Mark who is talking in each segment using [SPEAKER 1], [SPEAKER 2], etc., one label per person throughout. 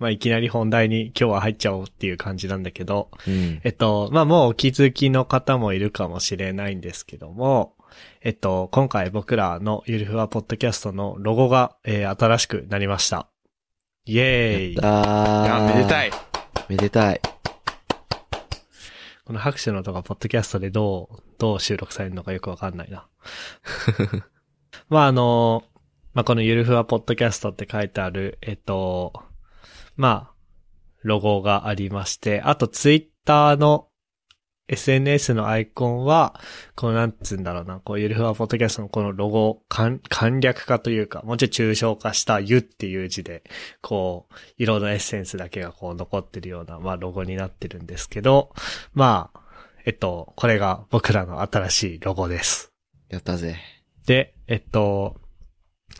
[SPEAKER 1] まあ、いきなり本題に今日は入っちゃおうっていう感じなんだけど、
[SPEAKER 2] うん。
[SPEAKER 1] えっと、まあ、もうお気づきの方もいるかもしれないんですけども、えっと、今回僕らのゆるふわポッドキャストのロゴが、えー新しくなりました。イエーイ
[SPEAKER 2] あ
[SPEAKER 3] あ、めでた
[SPEAKER 2] い。
[SPEAKER 3] い。
[SPEAKER 2] めでたい。
[SPEAKER 1] この拍手の音がポッドキャストでどう、どう収録されるのかよくわかんない な。まああの、まあこのゆるふわポッドキャストって書いてある、えっと、まあ、ロゴがありまして、あとツイッターの SNS のアイコンは、このなんつうんだろうな、こうゆるふわポッドキャストのこのロゴ、簡簡略化というか、もうちょい抽象化したゆっていう字で、こう、色のエッセンスだけがこう残ってるような、まあロゴになってるんですけど、まあ、えっと、これが僕らの新しいロゴです。
[SPEAKER 2] やったぜ。
[SPEAKER 1] で、えっと、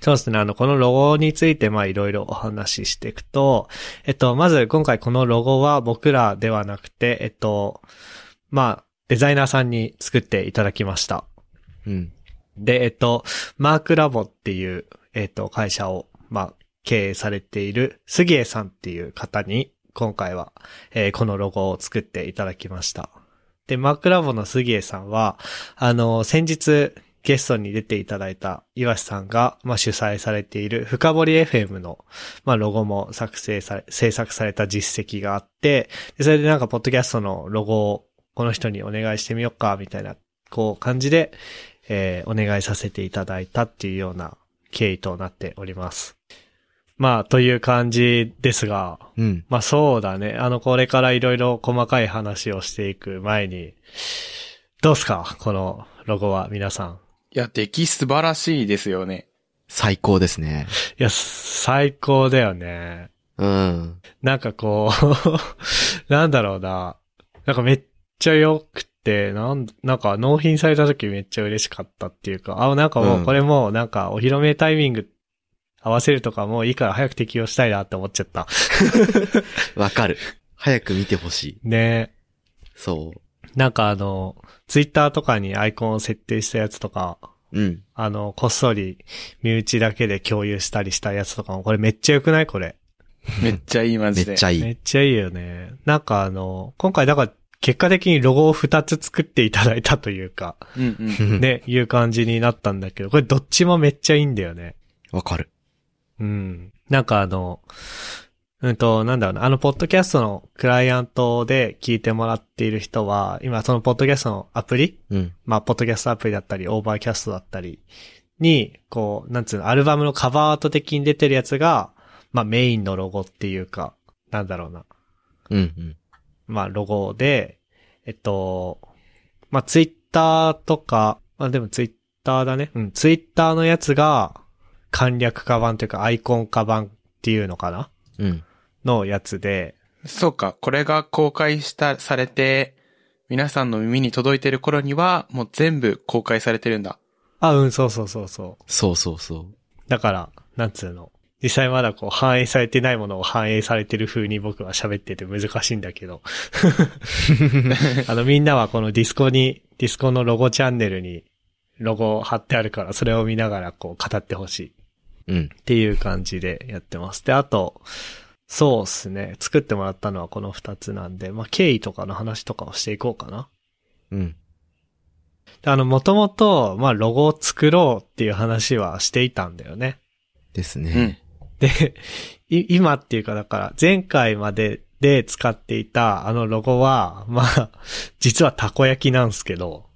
[SPEAKER 1] そうですね。あの、このロゴについて、まあ、いろいろお話ししていくと、えっと、まず、今回このロゴは僕らではなくて、えっと、まあ、デザイナーさんに作っていただきました。
[SPEAKER 2] うん。
[SPEAKER 1] で、えっと、マークラボっていう、えっと、会社を、まあ、経営されている杉江さんっていう方に、今回は、えーこのロゴを作っていただきました。で、マークラボの杉江さんは、あの、先日、ゲストに出ていただいた岩瀬さんが、まあ、主催されている深掘り FM の、まあ、ロゴも作成され、制作された実績があって、でそれでなんか、ポッドキャストのロゴをこの人にお願いしてみようか、みたいな、こう、感じで、えーお願いさせていただいたっていうような経緯となっております。まあ、という感じですが、
[SPEAKER 2] うん。
[SPEAKER 1] まあそうだね。あの、これからいろいろ細かい話をしていく前に、どうすかこのロゴは皆さん。
[SPEAKER 3] いや、出来素晴らしいですよね。
[SPEAKER 2] 最高ですね。
[SPEAKER 1] いや、最高だよね。
[SPEAKER 2] うん。
[SPEAKER 1] なんかこう、 なんだろうな。なんかめっちゃ良くて、なん、なんか納品された時めっちゃ嬉しかったっていうか、あ、なんかもうこれもうなんかお披露目タイミング合わせるとかもういいから早く適用したいなって思っちゃった。
[SPEAKER 2] わかる。早く見てほしい。
[SPEAKER 1] ね
[SPEAKER 2] そ
[SPEAKER 1] なんかあの、ツイッターとかにアイコンを設定したやつとか、
[SPEAKER 2] う。うん。
[SPEAKER 1] あの、こっそり身内だけで共有したりしたやつとかも、これめっちゃ良くないこれ。
[SPEAKER 3] めっちゃいい、マ
[SPEAKER 2] め
[SPEAKER 3] ジで。
[SPEAKER 2] っちゃい
[SPEAKER 1] め
[SPEAKER 2] い。
[SPEAKER 1] っちゃいいよね。なんかあの、今回だから結果的にロゴを2つ作っていただいたというか、
[SPEAKER 3] うんうん。
[SPEAKER 1] ね、いう感じになったんだけど、これどっちもめっちゃいいんだよね。
[SPEAKER 2] わかる。
[SPEAKER 1] うん。なんかあの、うんと、なんだろうな、あの、ポッドキャストのクライアントで聞いてもらっている人は、今そのポッドキャストのアプリ
[SPEAKER 2] うん。
[SPEAKER 1] まあ、ポッドキャストアプリだったり、オーバーキャストだったりに、こう、なんつうの、アルバムのカバーアート的に出てるやつが、まあ、メインのロゴっていうか、なんだろうな。
[SPEAKER 2] うん。うん。
[SPEAKER 1] まあ、ロゴで、えっと、まあ、ツイッターとか、まあ、でもツイッターだね。うん、ツイッターのやつが、簡略化版というか、アイコン化版っていうのかな
[SPEAKER 2] うん。
[SPEAKER 1] のやつで、
[SPEAKER 3] そうか、これが公開した、されて、皆さんの耳に届いてる頃には、もう全部公開されてるんだ。
[SPEAKER 1] あ、うん、そうそうそうそう。
[SPEAKER 2] そうそうそう。
[SPEAKER 1] だから、なんつうの。実際まだこう反映されてないものを反映されてる風に僕は喋ってて難しいんだけど。あのみんなはこのディスコに、ディスコのロゴチャンネルにロゴを貼ってあるからそれを見ながらこう語ってほしい
[SPEAKER 2] うん。
[SPEAKER 1] っていう感じでやってます。で、あと、そうっすね。作ってもらったのはこの二つなんで、まあ経緯とかの話とかをしていこうかな。
[SPEAKER 2] うん。
[SPEAKER 1] であの、もともと、まあロゴを作ろうっていう話はしていたんだよね。
[SPEAKER 2] です
[SPEAKER 3] う
[SPEAKER 2] ね
[SPEAKER 3] ん。。
[SPEAKER 1] で、い今っていうかだから、前回までで使っていたあのロゴは、まあ、実はたこ焼きなんですけど、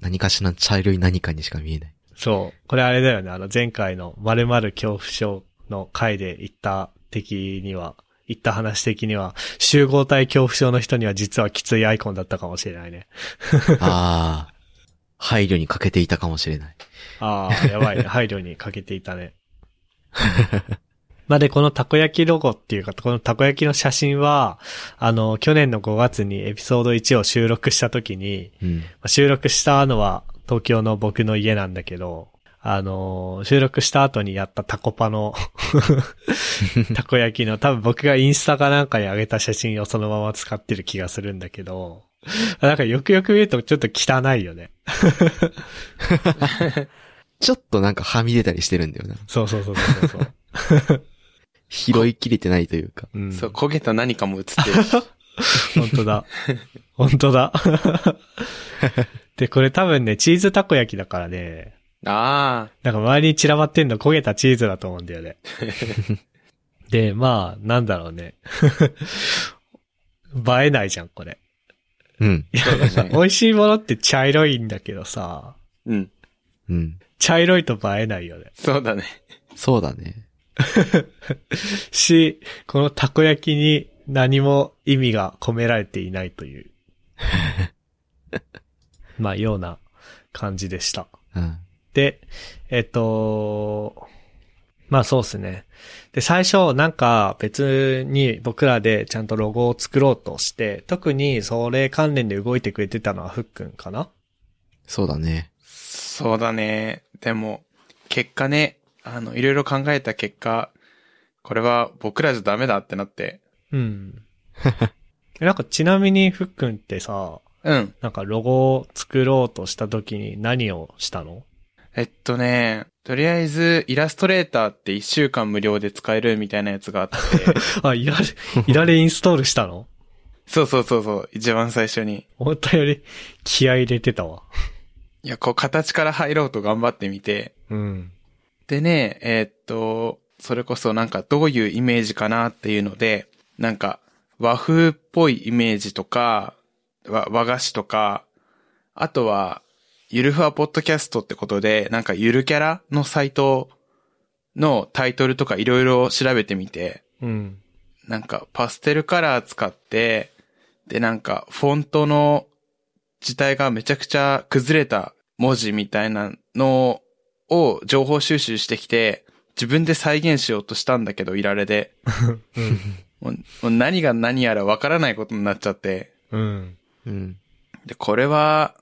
[SPEAKER 2] 何かしらの茶色い何かにしか見えない。
[SPEAKER 1] そう、これあれだよね、あの前回の〇〇恐怖症の回で言った的には、言った話的には、集合体恐怖症の人には実はきついアイコンだったかもしれないね。
[SPEAKER 2] ああ。 配慮に欠けていたかもしれない。
[SPEAKER 1] ああ、やばいね。配慮に欠けていたね。 まあで、このたこ焼きロゴっていうか、このたこ焼きの写真は、あの、去年の5月にエピソード1を収録した時に、
[SPEAKER 2] うん。
[SPEAKER 1] まあ収録したのは東京の僕の家なんだけど、あのー収録した後にやったタコパ の、たこ焼きの、多分僕がインスタかなんかに上げた写真をそのまま使ってる気がするんだけど、なんかよくよく見るとちょっと汚いよね。
[SPEAKER 2] ちょっとなんかはみ出たりしてるんだよな。
[SPEAKER 1] そうそうそうそうそう。
[SPEAKER 2] 拾いきれてないというか。
[SPEAKER 1] うん。
[SPEAKER 3] そう、焦げた何かも映って るし。
[SPEAKER 1] 本当だ。本当 だ。で、これ多分ね、チーズたこ焼きだからね、
[SPEAKER 3] あ
[SPEAKER 1] なんか周りに散らばってんの焦げたチーズだと思うんだよね。 で、まあ、なんだろうね。 映えないじゃん、これ。
[SPEAKER 2] うん。
[SPEAKER 3] あ、そうだね。
[SPEAKER 1] 美味しいものって茶色いんだけどさ、
[SPEAKER 3] うん。
[SPEAKER 2] うん。
[SPEAKER 1] 茶色いと映えないよね。
[SPEAKER 3] そうだね。
[SPEAKER 2] そうだね。
[SPEAKER 1] し、このたこ焼きに何も意味が込められていないと いう。まあ、ような感じでした。
[SPEAKER 2] うん。
[SPEAKER 1] で、えっと、まあそうですね。で、最初なんか別に僕らでちゃんとロゴを作ろうとして、特にそれ関連で動いてくれてたのはふっくんかな
[SPEAKER 2] そうだね。
[SPEAKER 3] そうだね。でも、結果ね、あの、いろいろ考えた結果、これは僕らじゃダメだってなって。
[SPEAKER 1] うん。なんかちなみにふっくんってさ、
[SPEAKER 3] うん。
[SPEAKER 1] なんかロゴを作ろうとした時に何をしたの
[SPEAKER 3] えっとね、とりあえず、イラストレーターって一週間無料で使えるみたいなやつがあって。
[SPEAKER 1] あ、いられ、いられインストールしたの
[SPEAKER 3] そうそうそうそう、一番最初に。
[SPEAKER 1] 思ったより気合い入れてたわ。
[SPEAKER 3] いや、こう形から入ろうと頑張ってみて。
[SPEAKER 1] うん。
[SPEAKER 3] でね、えーっと、それこそなんかどういうイメージかなっていうので、なんか和風っぽいイメージとか、和和菓子とか、あとは、ゆるふわポッドキャストってことで、なんかゆるキャラのサイトのタイトルとかいろいろ調べてみて、
[SPEAKER 1] うん。
[SPEAKER 3] なんかパステルカラー使って、でなんかフォントの字体がめちゃくちゃ崩れた文字みたいなのを情報収集してきて、自分で再現しようとしたんだけど、いられで。
[SPEAKER 1] うん。
[SPEAKER 3] もうもう何が何やらわからないことになっちゃって。
[SPEAKER 1] うん。
[SPEAKER 2] うん。
[SPEAKER 3] で、これは、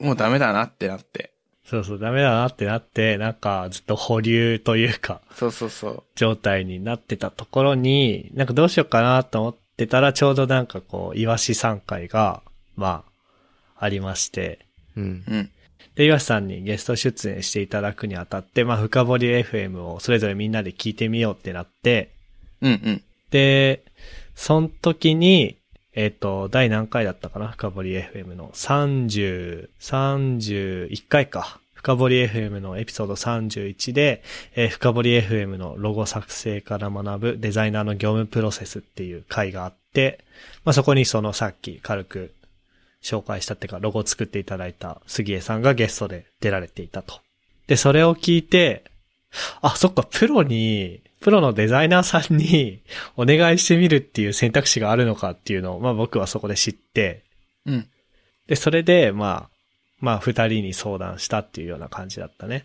[SPEAKER 3] もうダメだなってなって。
[SPEAKER 1] そうそう、ダメだなってなって、なんかずっと保留というか、
[SPEAKER 3] そうそうそう。
[SPEAKER 1] 状態になってたところに、なんかどうしようかなと思ってたら、ちょうどなんかこう、イワシ3回が、まあ、ありまして、
[SPEAKER 2] うん。
[SPEAKER 3] うん。
[SPEAKER 1] で、イワシさんにゲスト出演していただくにあたって、まあ、深掘り FM をそれぞれみんなで聞いてみようってなって、
[SPEAKER 3] うんうん。
[SPEAKER 1] で、その時に、えっ、と、第何回だったかな深掘り FM の30、31回か。深掘り FM のエピソード31で、えー深掘り FM のロゴ作成から学ぶデザイナーの業務プロセスっていう回があって、まあ、そこにそのさっき軽く紹介したっていうか、ロゴを作っていただいた杉江さんがゲストで出られていたと。で、それを聞いて、あ、そっか、プロに、プロのデザイナーさんにお願いしてみるっていう選択肢があるのかっていうのを、まあ僕はそこで知って、
[SPEAKER 3] うん。
[SPEAKER 1] で、それで、まあ、まあ二人に相談したっていうような感じだったね。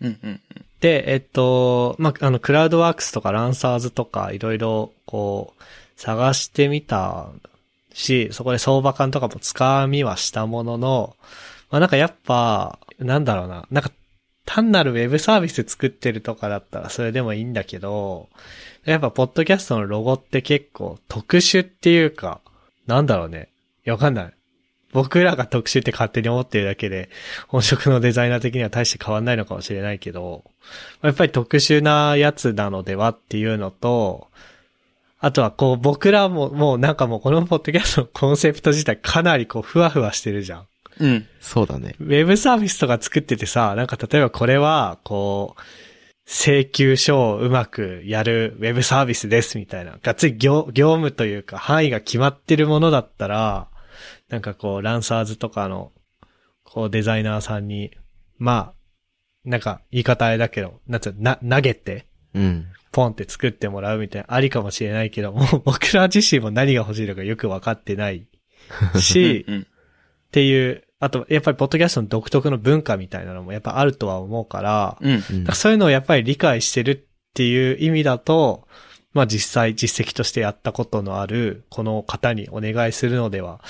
[SPEAKER 3] うんうん。
[SPEAKER 1] で、えっと、まあ、あの、クラウドワークスとかランサーズとかいろいろこう、探してみたし、そこで相場感とかもつかみはしたものの、まあ、なんかやっぱ、なんだろうな、なんか単なるウェブサービス作ってるとかだったらそれでもいいんだけど、やっぱポッドキャストのロゴって結構特殊っていうか、なんだろうね。いやわかんない。僕らが特殊って勝手に思ってるだけで、本職のデザイナー的には大して変わんないのかもしれないけど、やっぱり特殊なやつなのではっていうのと、あとはこう僕らももうなんかもうこのポッドキャストのコンセプト自体かなりこうふわふわしてるじゃん。
[SPEAKER 3] うん。
[SPEAKER 2] そうだね。
[SPEAKER 1] ウェブサービスとか作っててさ、なんか例えばこれはこう、請求書をうまくやるウェブサービスですみたいな、がっつり業業務というか範囲が決まってるものだったら、なんかこう、ランサーズとかの、こう、デザイナーさんに、まあ、なんか言い方あれだけど、なんつうの、な、投げて、
[SPEAKER 2] うん。
[SPEAKER 1] ポンって作ってもらうみたいな、ありかもしれないけど、も う僕ら自身も何が欲しいのかよくわかってない し、
[SPEAKER 3] うんうん。
[SPEAKER 1] っていう、あと、やっぱりポッドキャストの独特の文化みたいなのもやっぱあるとは思うから、
[SPEAKER 3] うん。
[SPEAKER 2] うん
[SPEAKER 1] だからそういうのをやっぱり理解してるっていう意味だと、まあ実際実績としてやったことのある、この方にお願いするのでは、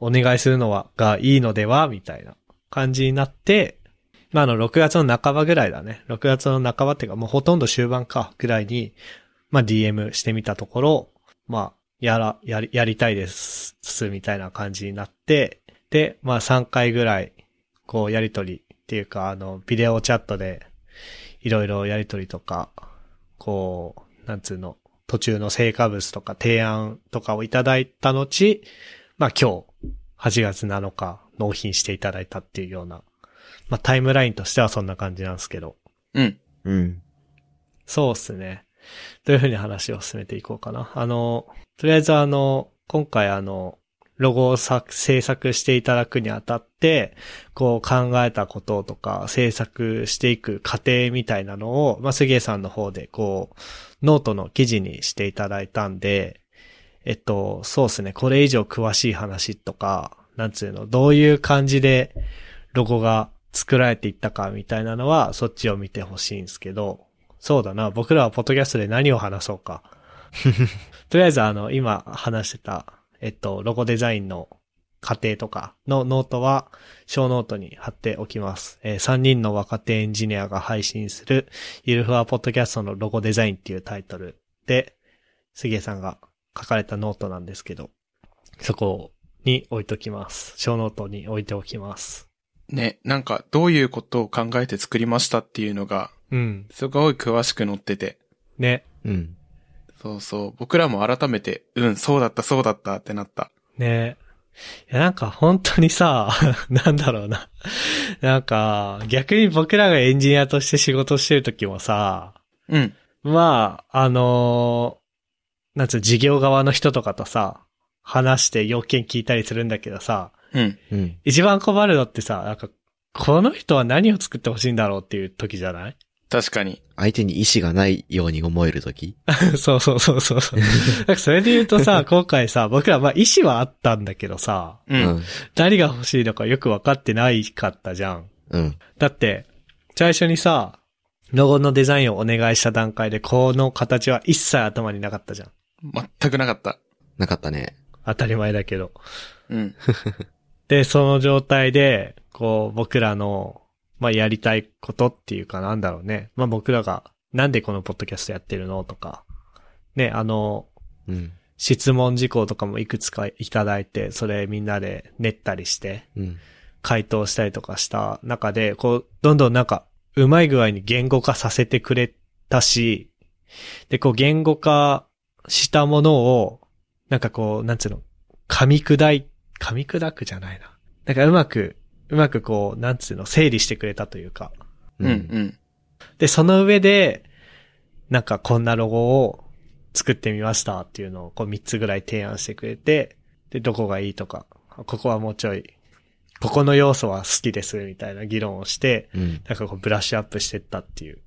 [SPEAKER 1] お願いするのは、がいいのでは、みたいな感じになって、まああの、6月の半ばぐらいだね。6月の半ばっていうか、もうほとんど終盤か、ぐらいに、まあ DM してみたところ、まあ、やら、やり、やりたいです、みたいな感じになって、で、まあ3回ぐらい、こうやりとりっていうか、あの、ビデオチャットで、いろいろやりとりとか、こう、なんつうの、途中の成果物とか提案とかをいただいた後、まあ今日、8月7日、納品していただいたっていうような、まあタイムラインとしてはそんな感じなんですけど、
[SPEAKER 3] うん。
[SPEAKER 2] うん。
[SPEAKER 1] そうですね。どういうふうに話を進めていこうかな。あの、とりあえずあの、今回あの、ロゴを作制作していただくにあたって、こう考えたこととか制作していく過程みたいなのを、まあ、杉江さんの方でこう、ノートの記事にしていただいたんで、えっと、そうですね、これ以上詳しい話とか、なんつうの、どういう感じでロゴが作られていったかみたいなのは、そっちを見てほしいんですけど、そうだな。僕らはポッドキャストで何を話そう か。とりあえずあの、今話してた、えっと、ロゴデザインの過程とかのノートは、小ノートに貼っておきます。えー3人の若手エンジニアが配信する、ゆるふわポッドキャストのロゴデザインっていうタイトルで、杉江さんが書かれたノートなんですけど、そこに置いときます。小ノートに置いておきます。
[SPEAKER 3] ね、なんかどういうことを考えて作りましたっていうのが、
[SPEAKER 1] うん。
[SPEAKER 3] すごい詳しく載ってて。
[SPEAKER 1] ね。
[SPEAKER 2] うん。
[SPEAKER 3] そうそう。僕らも改めて、うん、そうだった、そうだったってなった。
[SPEAKER 1] ねえ。いや、なんか本当にさ、 なんだろうな。なんか、逆に僕らがエンジニアとして仕事してる時もさ、
[SPEAKER 3] うん。
[SPEAKER 1] まあ、あのーなんつう、事業側の人とかとさ、話して要件聞いたりするんだけどさ、
[SPEAKER 3] うん。
[SPEAKER 2] うん。
[SPEAKER 1] 一番困るのってさ、なんか、この人は何を作ってほしいんだろうっていう時じゃない
[SPEAKER 3] 確かに。
[SPEAKER 2] 相手に意志がないように思えるとき。
[SPEAKER 1] そうそうそうそうそう。なんかそれで言うとさ、今回さ、僕らまあ意思はあったんだけどさ、
[SPEAKER 3] う。
[SPEAKER 2] うんん。
[SPEAKER 1] 何が欲しいのかよくわかってないかったじゃん。
[SPEAKER 2] うん。
[SPEAKER 1] だって、最初にさ、ロゴのデザインをお願いした段階で、この形は一切頭になかったじゃん。
[SPEAKER 3] 全くなかった。
[SPEAKER 2] なかったね。
[SPEAKER 1] 当たり前だけど。
[SPEAKER 3] うん。
[SPEAKER 1] で、その状態で、こう、僕らの、まあ、やりたいことっていうかなんだろうね。まあ、僕らが、なんでこのポッドキャストやってるのとか、ね、あの、
[SPEAKER 2] うん。
[SPEAKER 1] 質問事項とかもいくつかいただいて、それみんなで練ったりして、
[SPEAKER 2] うん。
[SPEAKER 1] 回答したりとかした中で、こう、どんどんなんか、うまい具合に言語化させてくれたし、で、こう、言語化したものを、なんかこう、なんつうの、噛み砕い、噛み砕くじゃないな。なんかうまく、うまくこう、なんつうの、整理してくれたというか。
[SPEAKER 3] うん。うん。
[SPEAKER 1] で、その上で、なんかこんなロゴを作ってみましたっていうのをこう3つぐらい提案してくれて、で、どこがいいとか、ここはもうちょい、ここの要素は好きですみたいな議論をして、
[SPEAKER 2] うん。
[SPEAKER 1] なんかこうブラッシュアップしてったっていう。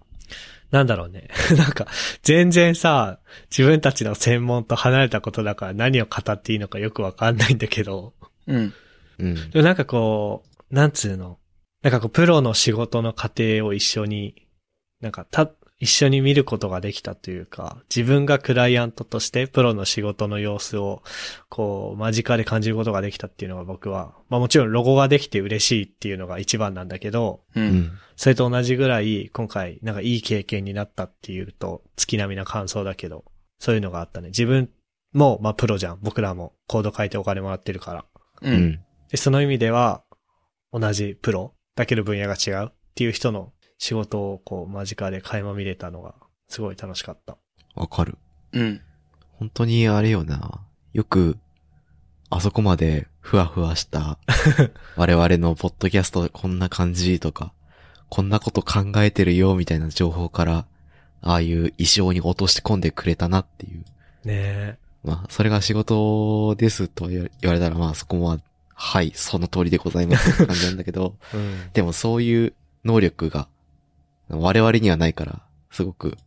[SPEAKER 1] なんだろうね。 なんか、全然さ、自分たちの専門と離れたことだから何を語っていいのかよくわかんないんだけど、
[SPEAKER 3] うん。
[SPEAKER 2] うん。
[SPEAKER 1] でもなんかこう、なんつうの。なんかこう、プロの仕事の過程を一緒に、なんかた、一緒に見ることができたというか、自分がクライアントとしてプロの仕事の様子を、こう、間近で感じることができたっていうのが僕は、まあもちろんロゴができて嬉しいっていうのが一番なんだけど、
[SPEAKER 3] う。
[SPEAKER 2] うんん。
[SPEAKER 1] それと同じぐらい、今回、なんかいい経験になったっていうと、月並みな感想だけど、そういうのがあったね。自分も、まあプロじゃん。僕らもコード書いてお金もらってるから。
[SPEAKER 3] う。
[SPEAKER 2] うんん。
[SPEAKER 1] で、その意味では、同じプロ、だけど分野が違うっていう人の仕事をこう間近で垣間見れたのが、すごい楽しかった。
[SPEAKER 2] わかる。
[SPEAKER 3] うん。
[SPEAKER 2] 本当にあれよな。よく、あそこまでふわふわした我々のポッドキャストこんな感じとか、こんなこと考えてるよみたいな情報から、ああいう意匠に落とし込んでくれたなっていう。
[SPEAKER 1] ねえ。
[SPEAKER 2] まあ、それが仕事ですと言わ言われたらまあそこは、はい、その通りでございますって感じなんだけど、
[SPEAKER 1] うん。
[SPEAKER 2] でもそういう能力が我々にはないから、すごく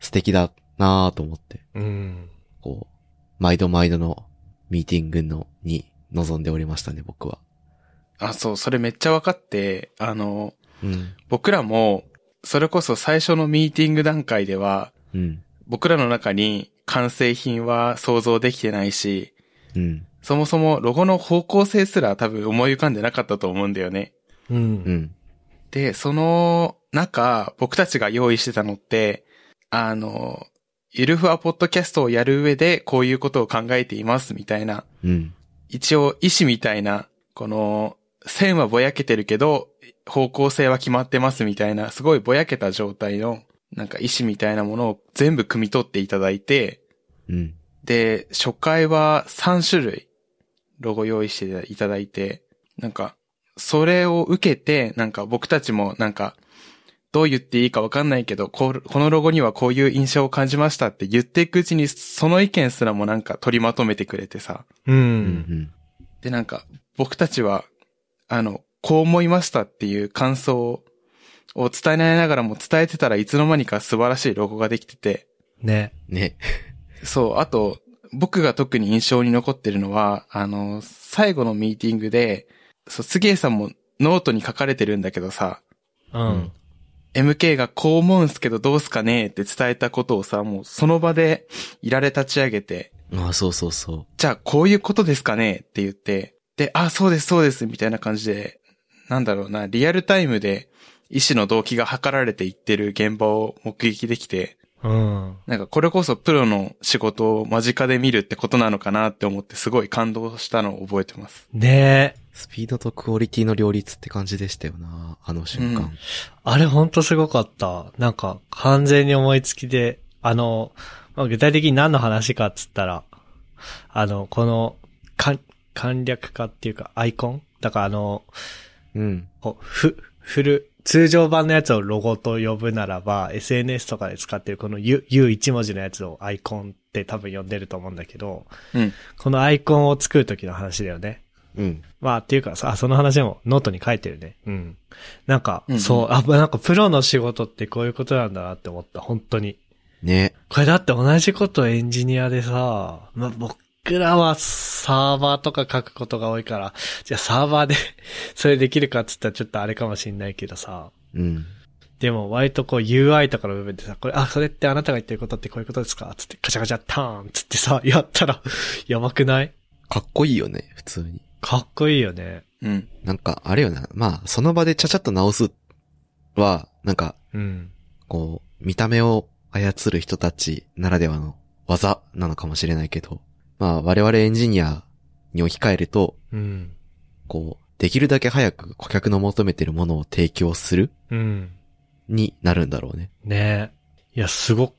[SPEAKER 2] 素敵だなぁと思って。
[SPEAKER 1] うん。
[SPEAKER 2] こう、毎度毎度のミーティングのに臨んでおりましたね、僕は。
[SPEAKER 3] あ、そう、それめっちゃ分かって、あの、
[SPEAKER 2] うん。
[SPEAKER 3] 僕らも、それこそ最初のミーティング段階では、
[SPEAKER 2] うん。
[SPEAKER 3] 僕らの中に完成品は想像できてないし、
[SPEAKER 2] うん。
[SPEAKER 3] そもそもロゴの方向性すら多分思い浮かんでなかったと思うんだよね。
[SPEAKER 1] う。
[SPEAKER 2] うんん。
[SPEAKER 3] で、その中、僕たちが用意してたのって、あの、ゆるふわポッドキャストをやる上でこういうことを考えていますみたいな、
[SPEAKER 2] うん。
[SPEAKER 3] 一応意思みたいな、この、線はぼやけてるけど、方向性は決まってますみたいな、すごいぼやけた状態のなんか意思みたいなものを全部汲み取っていただいて、
[SPEAKER 2] うん。
[SPEAKER 3] で、初回は3種類、ロゴ用意していただいて、なんか、それを受けて、なんか僕たちもなんか、どう言っていいかわかんないけど、こうこのロゴにはこういう印象を感じましたって言っていくうちに、その意見すらもなんか取りまとめてくれてさ。
[SPEAKER 1] う。
[SPEAKER 2] うんん。
[SPEAKER 3] で、なんか、僕たちは、あの、こう思いましたっていう感想を伝えながらも伝えてたらいつの間にか素晴らしいロゴができてて、
[SPEAKER 1] ね。
[SPEAKER 2] ね。
[SPEAKER 3] そう、あと、僕が特に印象に残ってるのは、あの、最後のミーティングで、そう、杉江さんもノートに書かれてるんだけどさ、
[SPEAKER 1] う
[SPEAKER 2] うんん。
[SPEAKER 3] MK がこう思うんすけどどうすかねって伝えたことをさ、もうその場でいられ立ち上げて、
[SPEAKER 2] ああ、そうそうそ
[SPEAKER 3] じゃあこういうことですかねって言って、で、あ、そうです、そうです、みたいな感じで、なんだろうな、リアルタイムで医師の動機が図られていってる現場を目撃できて、
[SPEAKER 1] うん。
[SPEAKER 3] なんかこれこそプロの仕事を間近で見るってことなのかなって思ってすごい感動したのを覚えてます。
[SPEAKER 1] ねえ。
[SPEAKER 2] う。スピードとクオリティの両立って感じでしたよな、あの瞬間。
[SPEAKER 1] あれほんとすごかった。なんか、完全に思いつきで、あの、まあ、具体的に何の話かっつったら、あの、この、かん、簡略化っていうか、アイコンだからあの、
[SPEAKER 2] うん。
[SPEAKER 1] こうふ、フル、通常版のやつをロゴと呼ぶならば、SNS とかで使ってるこの U、U1 文字のやつをアイコンって多分呼んでると思うんだけど、
[SPEAKER 3] うん。
[SPEAKER 1] このアイコンを作る時の話だよね。
[SPEAKER 2] うん。
[SPEAKER 1] まあ、っていうかさ、あその話でもノートに書いてるね。うん。なんか、
[SPEAKER 3] うんうん
[SPEAKER 1] そう、あ、なんかプロの仕事ってこういうことなんだなって思った、本当に。
[SPEAKER 2] ね。
[SPEAKER 1] これだって同じことエンジニアでさ、まあ、僕らはサーバーとか書くことが多いから、じゃあサーバーで それできるかっつったらちょっとあれかもしんないけどさ、
[SPEAKER 2] うん。
[SPEAKER 1] でも割とこう UI とかの部分でさ、これ、あ、それってあなたが言ってることってこういうことですかつってカチャカチャターンつってさ、やったらやばくない
[SPEAKER 2] かっこいいよね、普通に。
[SPEAKER 1] かっこいいよね。
[SPEAKER 3] うん。
[SPEAKER 2] なんか、あれよな。まあ、その場でちゃちゃっと直すは、なんか、
[SPEAKER 1] うん。
[SPEAKER 2] こう、見た目を操る人たちならではの技なのかもしれないけど、まあ、我々エンジニアに置き換えると、
[SPEAKER 1] うん。
[SPEAKER 2] こう、できるだけ早く顧客の求めてるものを提供する
[SPEAKER 1] うん。
[SPEAKER 2] になるんだろうね。
[SPEAKER 1] ねえ。いや、すご、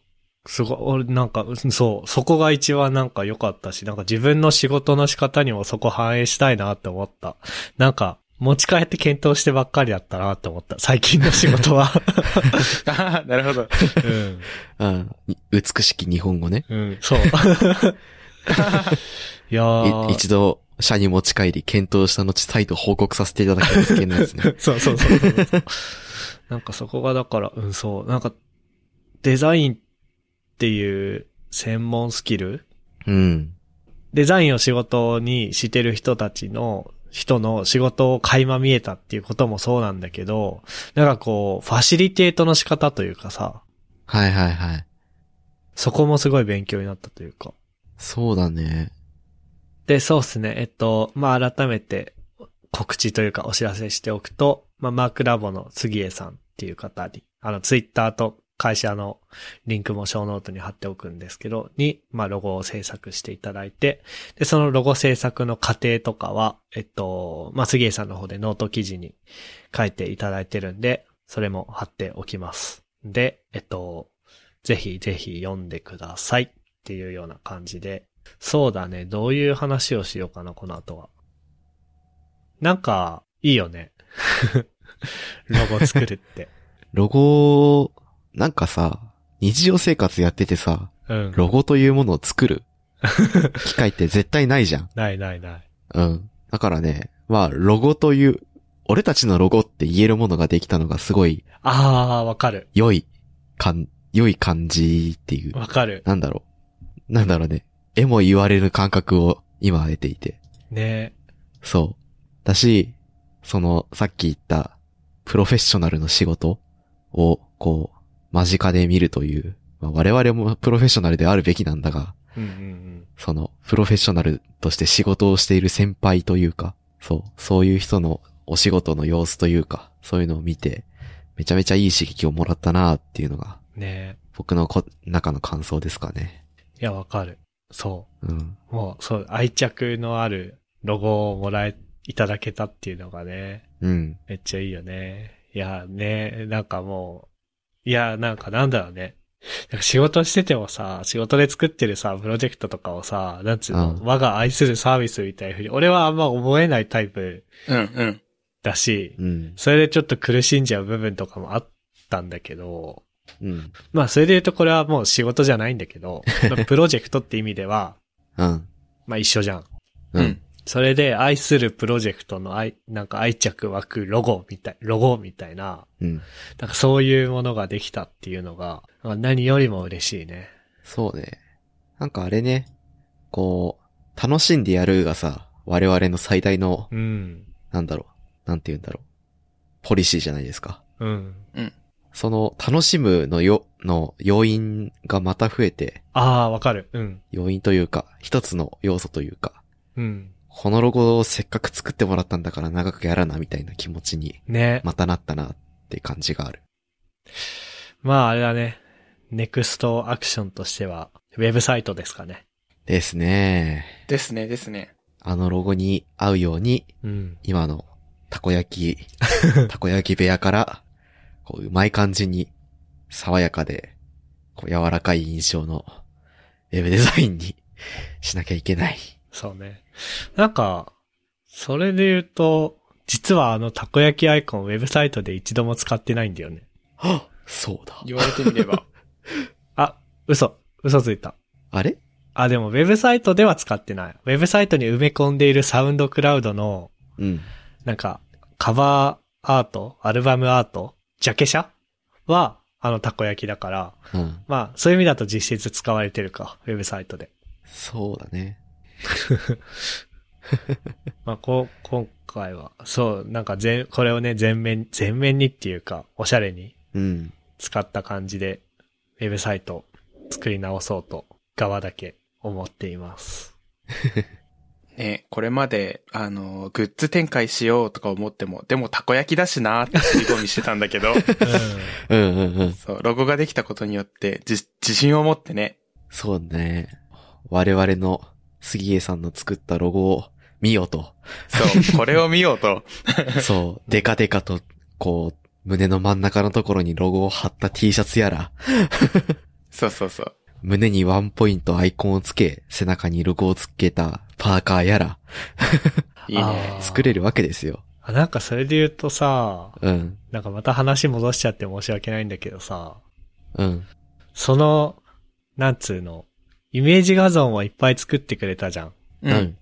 [SPEAKER 1] すご、俺なんか、うそう、そこが一番なんか良かったし、なんか自分の仕事の仕方にもそこ反映したいなって思った。なんか、持ち帰って検討してばっかりだったなって思った。最近の仕事は。
[SPEAKER 3] ああ、なるほど。
[SPEAKER 1] うん。
[SPEAKER 2] うん。に美しき日本語ね。
[SPEAKER 1] うん、 そう。いや
[SPEAKER 2] い
[SPEAKER 1] ー。。
[SPEAKER 2] 一度、社に持ち帰り、検討した後、再度報告させていただきます件のやつね
[SPEAKER 1] そうそうそうそうそう。なんかそこがだから、うん、そう。なんか、デザインっていう専門スキル
[SPEAKER 2] うん。
[SPEAKER 1] デザインを仕事にしてる人たちの、人の仕事を垣間見えたっていうこともそうなんだけど、なんかこう、ファシリテートの仕方というかさ、
[SPEAKER 2] はいはいはい。
[SPEAKER 1] そこもすごい勉強になったというか。
[SPEAKER 2] そうだね。
[SPEAKER 1] で、そうですね。えっと、まあ、改めて告知というかお知らせしておくと、まあ、マークラボの杉江さんっていう方に、あの、ツイッターと会社のリンクも小ノートに貼っておくんですけど、に、まあ、ロゴを制作していただいて、で、そのロゴ制作の過程とかは、えっと、まあ、杉江さんの方でノート記事に書いていただいてるんで、それも貼っておきます。で、えっと、ぜひぜひ読んでくださいっていうような感じで、そうだね。どういう話をしようかな、この後は。なんか、いいよね。 ロゴ作るって。
[SPEAKER 2] ロゴ、なんかさ、日常生活やっててさ、
[SPEAKER 1] うん。
[SPEAKER 2] ロゴというものを作る機会って絶対ないじゃん。
[SPEAKER 1] ないないない。
[SPEAKER 2] うん。だからね、まあ、ロゴという、俺たちのロゴって言えるものができたのがすごい
[SPEAKER 1] あー、わかる。
[SPEAKER 2] 良い感、良い感じっていう。
[SPEAKER 1] わかる。
[SPEAKER 2] なんだろう。なんだろうね。絵も言われる感覚を今得ていて。
[SPEAKER 1] ね
[SPEAKER 2] そう。だし、その、さっき言った、プロフェッショナルの仕事を、こう、間近で見るという、まあ、我々もプロフェッショナルであるべきなんだが、
[SPEAKER 1] うんうん
[SPEAKER 2] その、プロフェッショナルとして仕事をしている先輩というか、そう、そういう人のお仕事の様子というか、そういうのを見て、めちゃめちゃいい刺激をもらったなっていうのが、
[SPEAKER 1] うん。ね
[SPEAKER 2] 僕のこ中の感想ですかね。
[SPEAKER 1] いや、わかる。そ
[SPEAKER 2] うん。
[SPEAKER 1] う。もう、そう、愛着のあるロゴをもらえ、いただけたっていうのがね、
[SPEAKER 2] うん。
[SPEAKER 1] めっちゃいいよね。いや、ねなんかもいや、なんかなんだろうね。なんか仕事しててもさ、仕事で作ってるさ、プロジェクトとかをさ、なんつうの、
[SPEAKER 2] うん
[SPEAKER 1] 我が愛するサービスみたいな風に、俺はあんま思えないタイプ
[SPEAKER 3] うんうん。
[SPEAKER 1] だし、
[SPEAKER 2] うん。
[SPEAKER 1] それでちょっと苦しんじゃう部分とかもあったんだけど、
[SPEAKER 2] うん。
[SPEAKER 1] まあそれで言うとこれはもう仕事じゃないんだけど、まあプロジェクトって意味では、
[SPEAKER 2] うん。
[SPEAKER 1] まあ一緒じゃん。
[SPEAKER 2] う
[SPEAKER 3] うんん。
[SPEAKER 1] それで愛するプロジェクトの愛、なんか愛着湧くロゴみたい、ロゴみたいな、
[SPEAKER 2] うん。
[SPEAKER 1] なんかそういうものができたっていうのが、まあ何よりも嬉しいね。
[SPEAKER 2] そうね。なんかあれね、こう、楽しんでやるがさ、我々の最大の、
[SPEAKER 1] うん。
[SPEAKER 2] なんだろう、なんて言うんだろう、ポリシーじゃないですか。
[SPEAKER 1] うん。
[SPEAKER 2] その、楽しむのよ、の要因がまた増えて、
[SPEAKER 1] ああ、わかる。うん。
[SPEAKER 2] 要因というか、一つの要素というか、
[SPEAKER 1] うん。
[SPEAKER 2] このロゴをせっかく作ってもらったんだから長くやらな、みたいな気持ちに、
[SPEAKER 1] ね。ま
[SPEAKER 2] またなったな、って感じがある。
[SPEAKER 1] ああれだね。ネクストアクションとしては、ウェブサイトですかね。
[SPEAKER 2] ですね。
[SPEAKER 3] ですね、ですね。
[SPEAKER 2] あのロゴに合うように、
[SPEAKER 1] うん。
[SPEAKER 2] 今のたこ焼き、たこ焼き部屋から、こう、うまい感じに、爽やかで、こう、柔らかい印象の、ウェブデザインにしなきゃいけない。
[SPEAKER 1] そうね。なんか、それで言うと、実はあのたこ焼きアイコンウェブサイトで一度も使ってないんだよね。
[SPEAKER 2] はそうだ。
[SPEAKER 3] 言われてみ れば。
[SPEAKER 1] あ、嘘。嘘ついた。
[SPEAKER 2] あれ
[SPEAKER 1] あ、でもウェブサイトでは使ってない。ウェブサイトに埋め込んでいるサウンドクラウドの、
[SPEAKER 2] うん。
[SPEAKER 1] なんか、カバーアート、アルバムアート、ジャケ写は、あのたこ焼きだから、
[SPEAKER 2] うん。
[SPEAKER 1] まあ、そういう意味だと実質使われてるか、ウェブサイトで。
[SPEAKER 2] そうだね。
[SPEAKER 1] まあ、こう、今回は、そう、なんか全、これをね、全面、全面にっていうか、おしゃれに
[SPEAKER 2] うん。
[SPEAKER 1] 使った感じで、ウェブサイト作り直そうと、側だけ思っています。
[SPEAKER 3] ね、これまで、あの、グッズ展開しようとか思っても、でもたこ焼きだしなーって振り込みしてたんだ けど、
[SPEAKER 1] うん。
[SPEAKER 2] うんうんうん。
[SPEAKER 3] そう、ロゴができたことによって、じ、自信を持ってね、
[SPEAKER 2] そうね。我々の杉江さんの作ったロゴを見よう と。
[SPEAKER 3] そう、これを見よ うと。
[SPEAKER 2] そう、デカデカと、こう、胸の真ん中のところにロゴを貼った T シャツやら、
[SPEAKER 3] そうそうそう。
[SPEAKER 2] 胸にワンポイントアイコンをつけ、背中にロゴをつけたパーカーやら、
[SPEAKER 3] いいね。
[SPEAKER 1] あー
[SPEAKER 2] 作れるわけですよ。
[SPEAKER 1] あなんかそれで言うとさ、
[SPEAKER 2] うん、
[SPEAKER 1] なんかまた話戻しちゃって申し訳ないんだけどさ、
[SPEAKER 2] うん、
[SPEAKER 1] その、なんつうの、イメージ画像もいっぱい作ってくれたじゃん。
[SPEAKER 3] う
[SPEAKER 2] うんん。、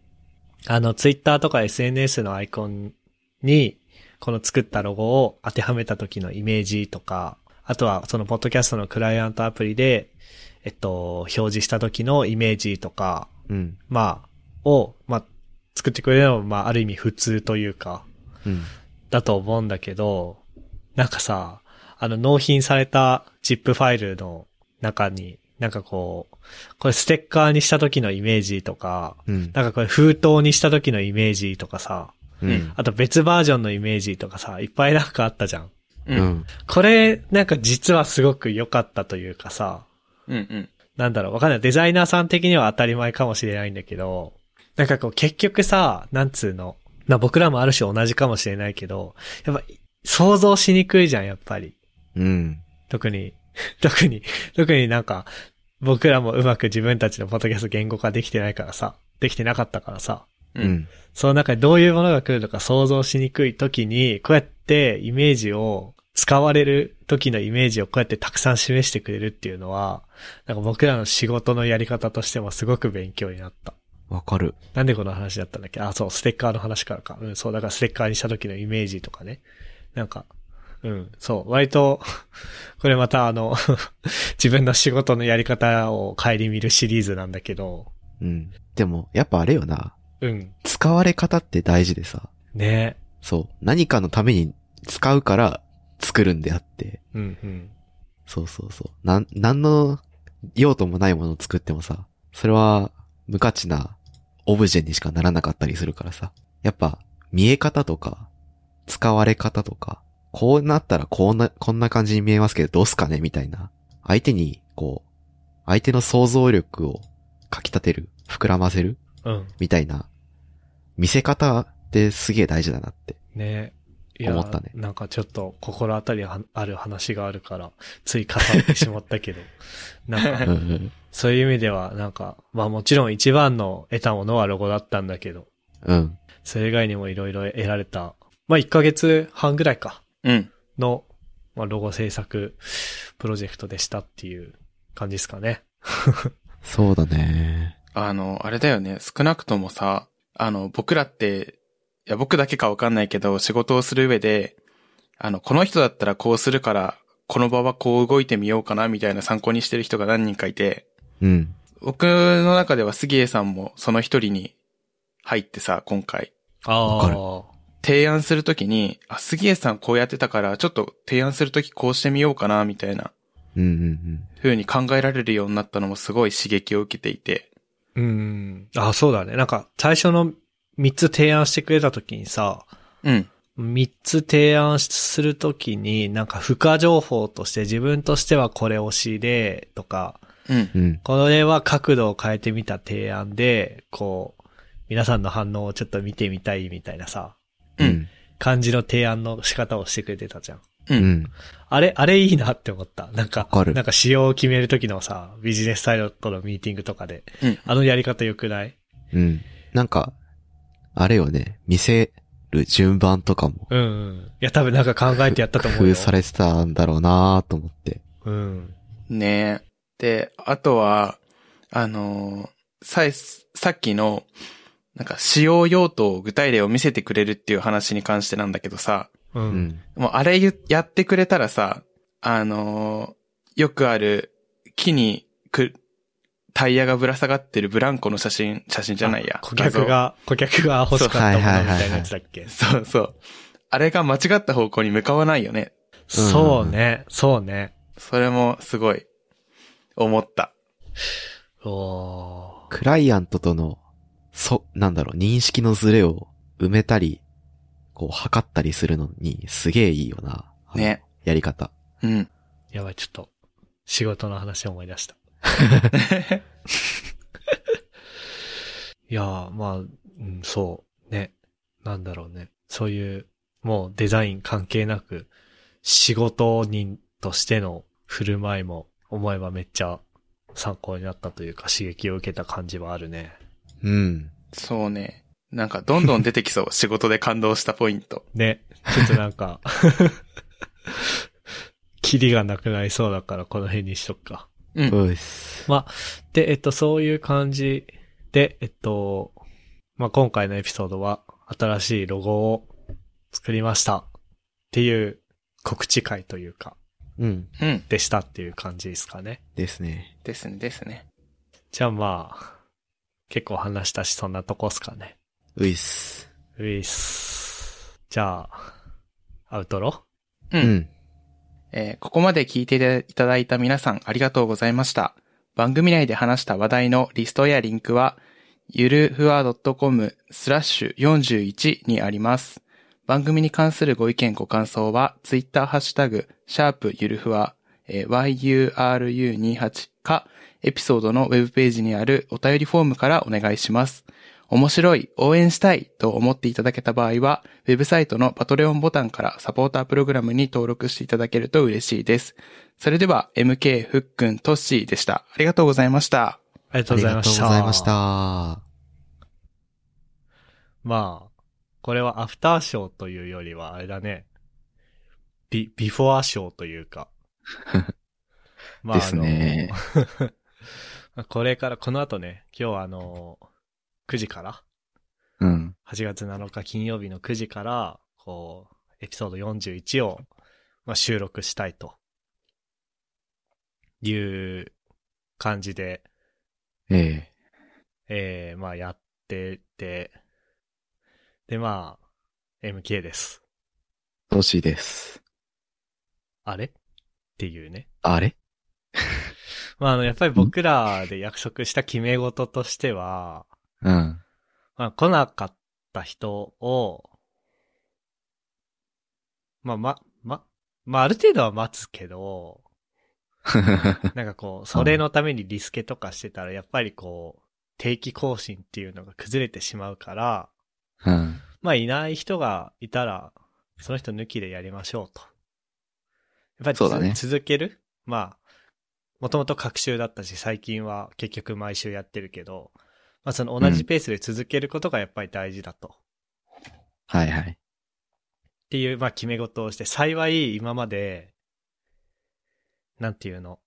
[SPEAKER 1] あの、ツイッターとか SNS のアイコンに、この作ったロゴを当てはめた時のイメージとか、あとはそのポッドキャストのクライアントアプリで、えっと、表示した時のイメージとか、
[SPEAKER 2] うん、
[SPEAKER 1] まあ、を、まあ、作ってくれるのも、まあ、ある意味普通というか、
[SPEAKER 2] うん。
[SPEAKER 1] だと思うんだけど、なんかさ、あの納品された ZIP ファイルの中に、なんかこう、これステッカーにした時のイメージとか、
[SPEAKER 2] うん。
[SPEAKER 1] なんかこれ封筒にした時のイメージとかさ、
[SPEAKER 2] うん。
[SPEAKER 1] あと別バージョンのイメージとかさ、いっぱいなんかあったじゃん。
[SPEAKER 3] う。
[SPEAKER 2] うん
[SPEAKER 3] うん。
[SPEAKER 2] ん。
[SPEAKER 1] これ、なんか実はすごく良かったというかさ、
[SPEAKER 3] うん。
[SPEAKER 1] なんだろう、わかんない。デザイナーさん的には当たり前かもしれないんだけど、なんかこう結局さ、なんつうの。まあ僕らもある種同じかもしれないけど、やっぱ想像しにくいじゃん、やっぱり。
[SPEAKER 2] うん。
[SPEAKER 1] 特に、 特に、特になんか、僕らもうまく自分たちのポッドキャスト言語化できてないからさ、できてなかったからさ、
[SPEAKER 3] う。
[SPEAKER 2] うんん。
[SPEAKER 1] その中でどういうものが来るのか想像しにくい時に、こうやってイメージを、使われる時のイメージをこうやってたくさん示してくれるっていうのは、なんか僕らの仕事のやり方としてもすごく勉強になった。
[SPEAKER 2] わかる。
[SPEAKER 1] なんでこの話だったんだっけあ、そう、ステッカーの話からか。うん、そう、だからステッカーにした時のイメージとかね。なんか、うん、そう、割と、 これまたあの、 自分の仕事のやり方を顧みるシリーズなんだけど、
[SPEAKER 2] うん。でも、やっぱあれよな。
[SPEAKER 1] うん、
[SPEAKER 2] 使われ方って大事でさ。
[SPEAKER 1] ね
[SPEAKER 2] そう。何かのために使うから作るんであって。
[SPEAKER 1] うん、うん。
[SPEAKER 2] そうそうそう。なん、なんの用途もないものを作ってもさ、それは無価値なオブジェにしかならなかったりするからさ。やっぱ、見え方とか、使われ方とか、こうなったらこうな、こんな感じに見えますけどどうすかねみたいな。相手に、こう、相手の想像力をかき立てる、膨らませる、
[SPEAKER 1] うん。
[SPEAKER 2] みたいな、見せ方ってすげえ大事だなって。
[SPEAKER 1] ねいや
[SPEAKER 2] 思ったね
[SPEAKER 1] なんかちょっと心当たりはある話があるから、つい語ってしまった けど、なんか
[SPEAKER 2] うんうん。
[SPEAKER 1] そういう意味では、なんか、まあもちろん一番の得たものはロゴだったんだけど、
[SPEAKER 2] うん。
[SPEAKER 1] それ以外にもいろいろ得られた、まあ1ヶ月半ぐらいか、
[SPEAKER 3] うん。
[SPEAKER 1] の、まあロゴ制作プロジェクトでしたっていう感じですかね。
[SPEAKER 2] そうだね。
[SPEAKER 3] あの、あれだよね。少なくともさ、あの、僕らって、いや、僕だけかわかんないけど、仕事をする上で、あの、この人だったらこうするから、この場はこう動いてみようかな、みたいな参考にしてる人が何人かいて、
[SPEAKER 2] うん。
[SPEAKER 3] 僕の中では杉江さんもその一人に入ってさ、今回。
[SPEAKER 1] あ
[SPEAKER 2] わかる
[SPEAKER 1] あ。
[SPEAKER 3] 提案するときに、あ、杉江さんこうやってたから、ちょっと提案するときこうしてみようかな、みたいな
[SPEAKER 2] うんうん
[SPEAKER 3] 風に考えられるようになったのもすごい刺激を受けていて。
[SPEAKER 1] うん。あ、そうだね。なんか、最初の3つ提案してくれた時にさ、
[SPEAKER 3] うん。
[SPEAKER 1] 3つ提案するときに、なんか、付加情報として自分としてはこれ推しで、とか、
[SPEAKER 3] うん。
[SPEAKER 2] うん。うん。
[SPEAKER 1] これは角度を変えてみた提案で、こう、皆さんの反応をちょっと見てみたいみたいなさ、
[SPEAKER 3] うん。
[SPEAKER 1] 感じの提案の仕方をしてくれてたじゃん。
[SPEAKER 3] う。
[SPEAKER 2] うんん。
[SPEAKER 1] あれ、あれいいなって思った。なんか、
[SPEAKER 2] わかる
[SPEAKER 1] なんか仕様を決めるときのさ、ビジネスサイドとのミーティングとかで、
[SPEAKER 3] うん
[SPEAKER 1] あのやり方良くない
[SPEAKER 2] うん。なんか、あれよね、見せる順番とかも、
[SPEAKER 1] うんうん。いや、多分なんか考えてやったと
[SPEAKER 2] 工
[SPEAKER 1] 思うよ。
[SPEAKER 2] 夫されてたんだろうなと思って。
[SPEAKER 1] うん。
[SPEAKER 3] ねえ。で、あとは、あのーさい、さっきの、なんか使用用途を具体例を見せてくれるっていう話に関してなんだけどさ、
[SPEAKER 1] う。
[SPEAKER 2] うんん。
[SPEAKER 3] もうあれゆやってくれたらさ、あのーよくある木にく、タイヤがぶら下がってるブランコの写真、写真じゃないや
[SPEAKER 1] あ。顧客が、顧客が欲しかったものみたいなやつだっけ。
[SPEAKER 3] 画像。そうそう。あれが間違った方向に向かわないよね。
[SPEAKER 2] はいはい
[SPEAKER 1] そうね、そうね。
[SPEAKER 3] それもすごい、思った。
[SPEAKER 1] おー
[SPEAKER 2] クライアントとの、そ、なんだろう、認識のズレを埋めたり、こう、測ったりするのに、すげえいいよな。
[SPEAKER 3] ね。
[SPEAKER 2] やり方。
[SPEAKER 3] うん。
[SPEAKER 1] やばい、ちょっと、仕事の話思い出した。いやー、まあ、うん、そう、ね。なんだろうね。そういう、もうデザイン関係なく、仕事人としての振る舞いも、思えばめっちゃ参考になったというか、刺激を受けた感じはあるね。
[SPEAKER 2] うん。
[SPEAKER 3] そうね。なんかどんどん出てきそう。 仕事で感動したポイント。
[SPEAKER 1] ね。ちょっとなんか、 キリがなくなりそうだから、この辺にしとくか。
[SPEAKER 3] うん。
[SPEAKER 2] うっす。
[SPEAKER 1] で、えっと、そういう感じで、えっと、まあ、今回のエピソードは、新しいロゴを作りましたっていう告知会というか、
[SPEAKER 2] うん。
[SPEAKER 3] うん。
[SPEAKER 1] でしたっていう感じですかね。
[SPEAKER 2] ですね。
[SPEAKER 3] ですね、ですね。
[SPEAKER 1] じゃあまあ、結構話したし、そんなとこっすかね。
[SPEAKER 2] ういっす。
[SPEAKER 1] ういっす。じゃあ、アウトロ
[SPEAKER 3] う
[SPEAKER 2] うんん。
[SPEAKER 3] えーここまで聞いていただいた皆さんありがとうございました。番組内で話した話題のリストやリンクは、ゆるふわ .com スラッシュ41にあります。番組に関するご意見ご感想は、ツイッターハッシュタグ、シャープゆるふわ、えー yuru28 か、エピソードのウェブページにあるお便りフォームからお願いします。面白い、応援したいと思っていただけた場合は、ウェブサイトのパトレオンボタンからサポータープログラムに登録していただけると嬉しいです。それでは、MK、ふっくん、とっしーでした。ありがとうございました。
[SPEAKER 1] ありがと
[SPEAKER 2] あ
[SPEAKER 1] う
[SPEAKER 2] り
[SPEAKER 1] ござい
[SPEAKER 2] が
[SPEAKER 1] ま
[SPEAKER 2] とう
[SPEAKER 1] し
[SPEAKER 2] ご
[SPEAKER 1] た。
[SPEAKER 2] ざいました。
[SPEAKER 1] まあ、これはアフターショーというよりは、あれだね。ビ、ビフォアショーというか。ま
[SPEAKER 2] ですね
[SPEAKER 1] あの、 これから、この後ね、今日はあの、9時から、
[SPEAKER 2] うん。
[SPEAKER 1] 8月7日金曜日の9時から、こう、エピソード41を、まあ、収録したいと。いう感じで、
[SPEAKER 2] え
[SPEAKER 1] えー、まあやってて、でまあ、MK です。
[SPEAKER 2] え。欲しいです。
[SPEAKER 1] あれっていうね。
[SPEAKER 2] あれ
[SPEAKER 1] まああの、やっぱり僕らで約束した決め事としては、
[SPEAKER 2] うん。
[SPEAKER 1] まあ来なかった人を、まあま、ま、まあある程度は待つけど、なんかこう、それのためにリスケとかしてたら、やっぱりこう、定期更新っていうのが崩れてしまうから、
[SPEAKER 2] うん。
[SPEAKER 1] まあいない人がいたら、その人抜きでやりましょうと。やっぱり
[SPEAKER 2] そうだね
[SPEAKER 1] つ続けるまあ、もともと各週だったし、最近は結局毎週やってるけど、まあその同じペースで続けることがやっぱり大事だと。
[SPEAKER 2] はいはい。
[SPEAKER 1] っていう、まあ、決め事をして、幸い今まで、なんていうの。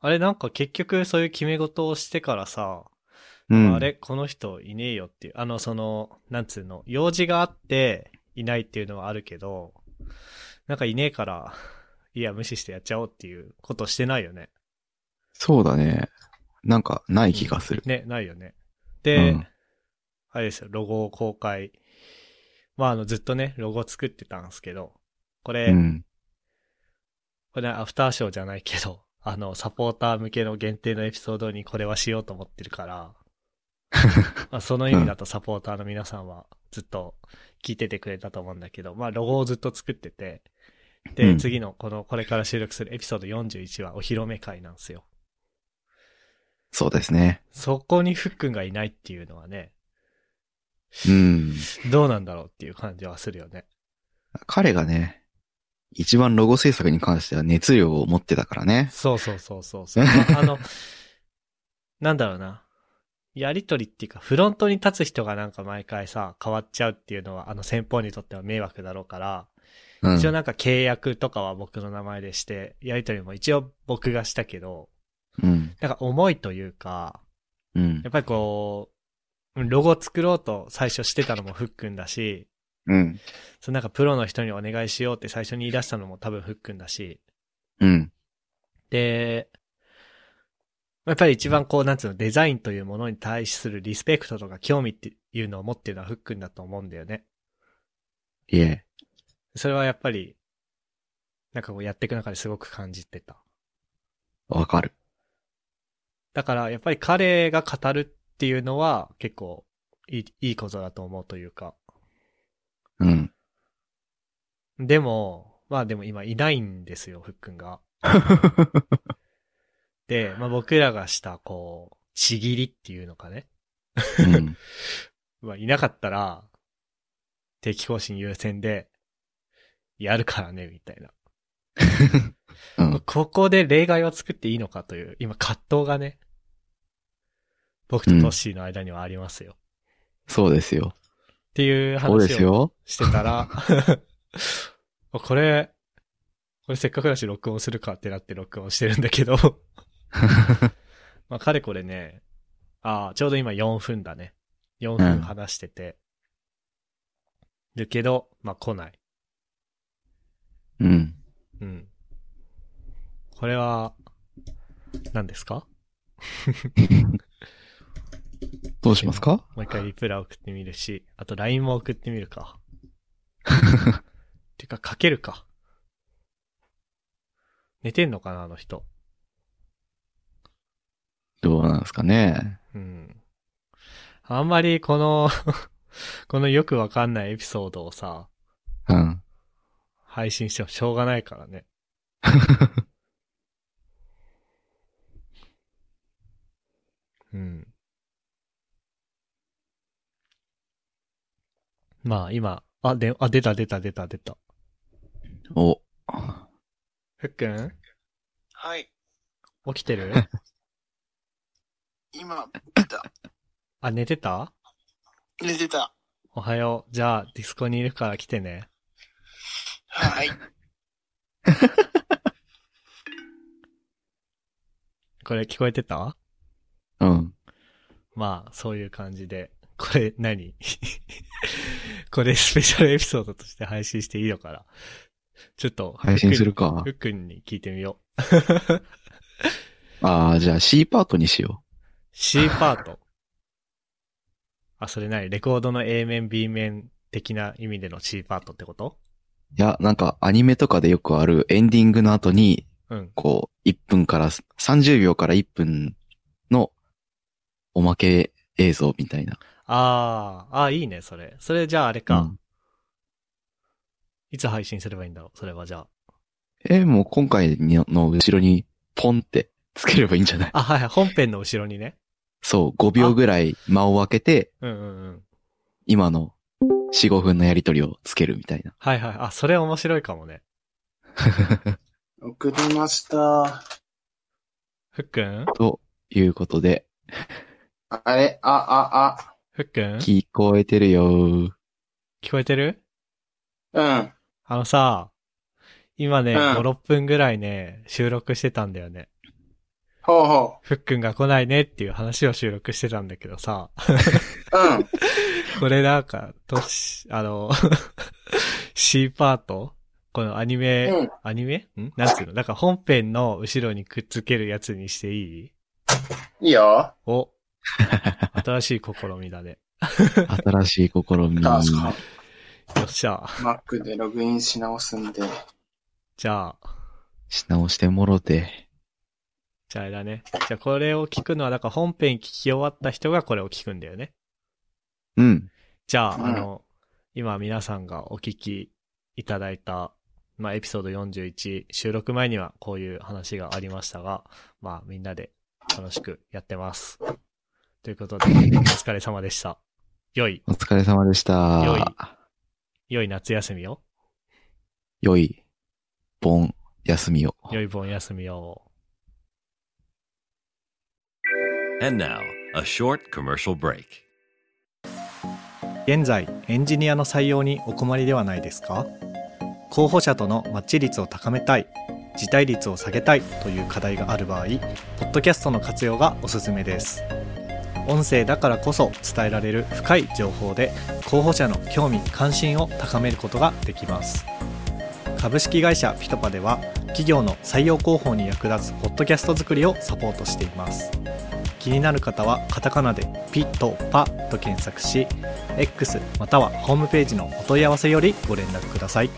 [SPEAKER 1] あれ、なんか結局そういう決め事をしてからさ、
[SPEAKER 2] うん。
[SPEAKER 1] あれ、この人いねえよっていう、あの、その、なんつうの、用事があっていないっていうのはあるけど、なんかいねえから、いや、無視してやっちゃおうっていうことしてないよね。
[SPEAKER 2] そうだね。なんか、ない気がする。
[SPEAKER 1] ね、ないよね。で、
[SPEAKER 2] うん
[SPEAKER 1] あれですよ、ロゴを公開。まあ、あの、ずっとね、ロゴ作ってたんですけど、これ、
[SPEAKER 2] うん。
[SPEAKER 1] これねアフターショーじゃないけど、 あの、サポーター向けの限定のエピソードにこれはしようと思ってる から、まあその意味だとサポーターの皆さんはずっと聞いててくれたと思うんだけど、まあロゴをずっと作ってて、で、
[SPEAKER 2] うん
[SPEAKER 1] 次のこの、これから収録するエピソード41はお披露目会なんですよ。
[SPEAKER 2] そうですね。
[SPEAKER 1] そこにフックンがいないっていうのはね、
[SPEAKER 2] うん。
[SPEAKER 1] どうなんだろうっていう感じはするよね。
[SPEAKER 2] 彼がね、一番ロゴ制作に関しては熱量を持ってたからね。
[SPEAKER 1] そうそうそうそうそう。まああの、 なんだろうな。やりとりっていうか、フロントに立つ人がなんか毎回さ、変わっちゃうっていうのは、あの先方にとっては迷惑だろうから、
[SPEAKER 2] うん。
[SPEAKER 1] 一応なんか契約とかは僕の名前でして、やりとりも一応僕がしたけど、
[SPEAKER 2] うん。
[SPEAKER 1] なんか思いというか、
[SPEAKER 2] うん
[SPEAKER 1] や。っぱりこう、ロゴ作ろうと最初してたのもふっくんだし、
[SPEAKER 2] うん。
[SPEAKER 1] そのなんかプロの人にお願いしようって最初に言い出したのも多分ふっくんだし、
[SPEAKER 2] うん。
[SPEAKER 1] で、やっぱり一番こう、なんつうの、デザインというものに対するリスペクトとか興味っていうのを持ってるのはフックンだと思うんだよね。
[SPEAKER 2] いえ。
[SPEAKER 1] それはやっぱり、なんかこうやっていく中ですごく感じてた。
[SPEAKER 2] わかる。
[SPEAKER 1] だからやっぱり彼が語るっていうのは結構いいいいことだと思うというか。
[SPEAKER 2] うん。
[SPEAKER 1] でも、まあでも今いないんですよ、フックンが。で、まあ僕らがしたこう、ちぎりっていうのかね。
[SPEAKER 2] うん。
[SPEAKER 1] まあ、いなかったら、定期更新優先で、やるからね、みたいな。
[SPEAKER 2] うん。
[SPEAKER 1] ここで例外を作っていいのかという、今、葛藤がね、僕とトッシーの間にはありますよ。っ
[SPEAKER 2] そうですよ。
[SPEAKER 1] ていう
[SPEAKER 2] そうで
[SPEAKER 1] 話
[SPEAKER 2] す
[SPEAKER 1] を
[SPEAKER 2] よ。
[SPEAKER 1] してた ら、これ、これせっかくだし録音するかってなって録音してるんだけ ど、まあ、かれこれね、ああ、ちょうど今4分だね。4
[SPEAKER 2] うん
[SPEAKER 1] 分話してて。るけど、まあ、来ない。
[SPEAKER 2] うん。
[SPEAKER 1] うん。これは、何ですか
[SPEAKER 2] どうしますか
[SPEAKER 1] もう一回リプラ送ってみるし、あと LINE も送ってみるか。てか、かけるか。寝てんのかな、あの人。
[SPEAKER 2] どうなんですかね。
[SPEAKER 1] うん。あんまりこの、 このよくわかんないエピソードをさ、
[SPEAKER 2] うん。
[SPEAKER 1] 配信してもしょうがないからね。うん。まあ今、あ、で、あ、出た出た出た出た。
[SPEAKER 2] お。
[SPEAKER 1] ふっくん
[SPEAKER 4] はい。
[SPEAKER 1] 起きて る
[SPEAKER 4] 今、出た。
[SPEAKER 1] あ、寝てた
[SPEAKER 4] 寝てた。
[SPEAKER 1] おはよう。じゃあ、ディスコにいるから来てね。
[SPEAKER 4] はい。
[SPEAKER 1] これ聞こえてた
[SPEAKER 2] うん。
[SPEAKER 1] まあ、そういう感じで。これ何、 これスペシャルエピソードとして配信していいのかなちょっと、
[SPEAKER 2] 配信するか
[SPEAKER 1] ふっくんに聞いてみよう。
[SPEAKER 2] ああ、じゃあ C パートにしよ
[SPEAKER 1] C パート。あ、それ何レコードの A 面、B 面的な意味での C パートってこと
[SPEAKER 2] う。いや、なんかアニメとかでよくあるエンディングの後に、
[SPEAKER 1] うん。
[SPEAKER 2] こう、1分から、30秒から1分のおまけ映像みたいな。
[SPEAKER 1] あー、あーいいね、それ。それじゃああれか。
[SPEAKER 2] うん
[SPEAKER 1] いつ配信すればいいんだろうそれはじゃ
[SPEAKER 2] え、もう今回のの後ろにポンってつければいいんじゃない
[SPEAKER 1] あ。あ、はいはい。本編の後ろにね。
[SPEAKER 2] そう、5秒ぐらい間を空けて、
[SPEAKER 1] うんうんうん。
[SPEAKER 2] 今の4、5分のやりとりをつけるみたいな。
[SPEAKER 1] はいはい。あ、それ面白いかもね。
[SPEAKER 4] 送りました。
[SPEAKER 1] ふっくん
[SPEAKER 2] ということで、
[SPEAKER 4] あれあ、あ、
[SPEAKER 1] ふっくん
[SPEAKER 2] 聞こえてるよー。
[SPEAKER 1] 聞こえてる
[SPEAKER 4] あ。うん。
[SPEAKER 1] あのさ、今ね、
[SPEAKER 4] うん
[SPEAKER 1] 5、6分ぐらいね、収録してたんだよね。
[SPEAKER 4] ほうほ
[SPEAKER 1] ふっくんが来ないねっていう話を収録してたんだけどさ、
[SPEAKER 4] う。うん。
[SPEAKER 1] これなんか、とし、あの、C パートこのアニメ、
[SPEAKER 4] うん
[SPEAKER 1] アニメんなんつうのなんか本編の後ろにくっつけるやつにしていい
[SPEAKER 4] いいよ。
[SPEAKER 1] お、新しい試みだね。
[SPEAKER 2] 新しい試み。
[SPEAKER 4] 確か。
[SPEAKER 1] よっしゃ。
[SPEAKER 4] Mac でログインし直すんで。
[SPEAKER 1] じゃあ、
[SPEAKER 2] し直してもろて。
[SPEAKER 1] じゃああれだね。じゃあこれを聞くのは、だから本編聞き終わった人がこれを聞くんだよね。
[SPEAKER 2] うん。
[SPEAKER 1] じゃあ、
[SPEAKER 4] うん
[SPEAKER 1] あの、今皆さんがお聞きいただいた、まあ、エピソード41、収録前にはこういう話がありましたが、まあ、みんなで楽しくやってます。ということで、お疲れ様でした。良い、
[SPEAKER 2] お疲れ様でした。
[SPEAKER 1] 良い良い夏休みを、
[SPEAKER 2] 良い、盆、休みを。
[SPEAKER 1] 良い盆休みを。
[SPEAKER 5] And now, a short commercial break.
[SPEAKER 1] 現在エンジニアの採用にお困りではないですか候補者とのマッチ率を高めたい辞退率を下げたいという課題がある場合ポッドキャストの活用がおすすめです音声だからこそ伝えられる深い情報で候補者の興味関心を高めることができます株式会社ピトパでは企業の採用広報に役立つポッドキャスト作りをサポートしています気になる方はカタカナでピトパと検索し X またはホームページのお問い合わせよりご連絡ください。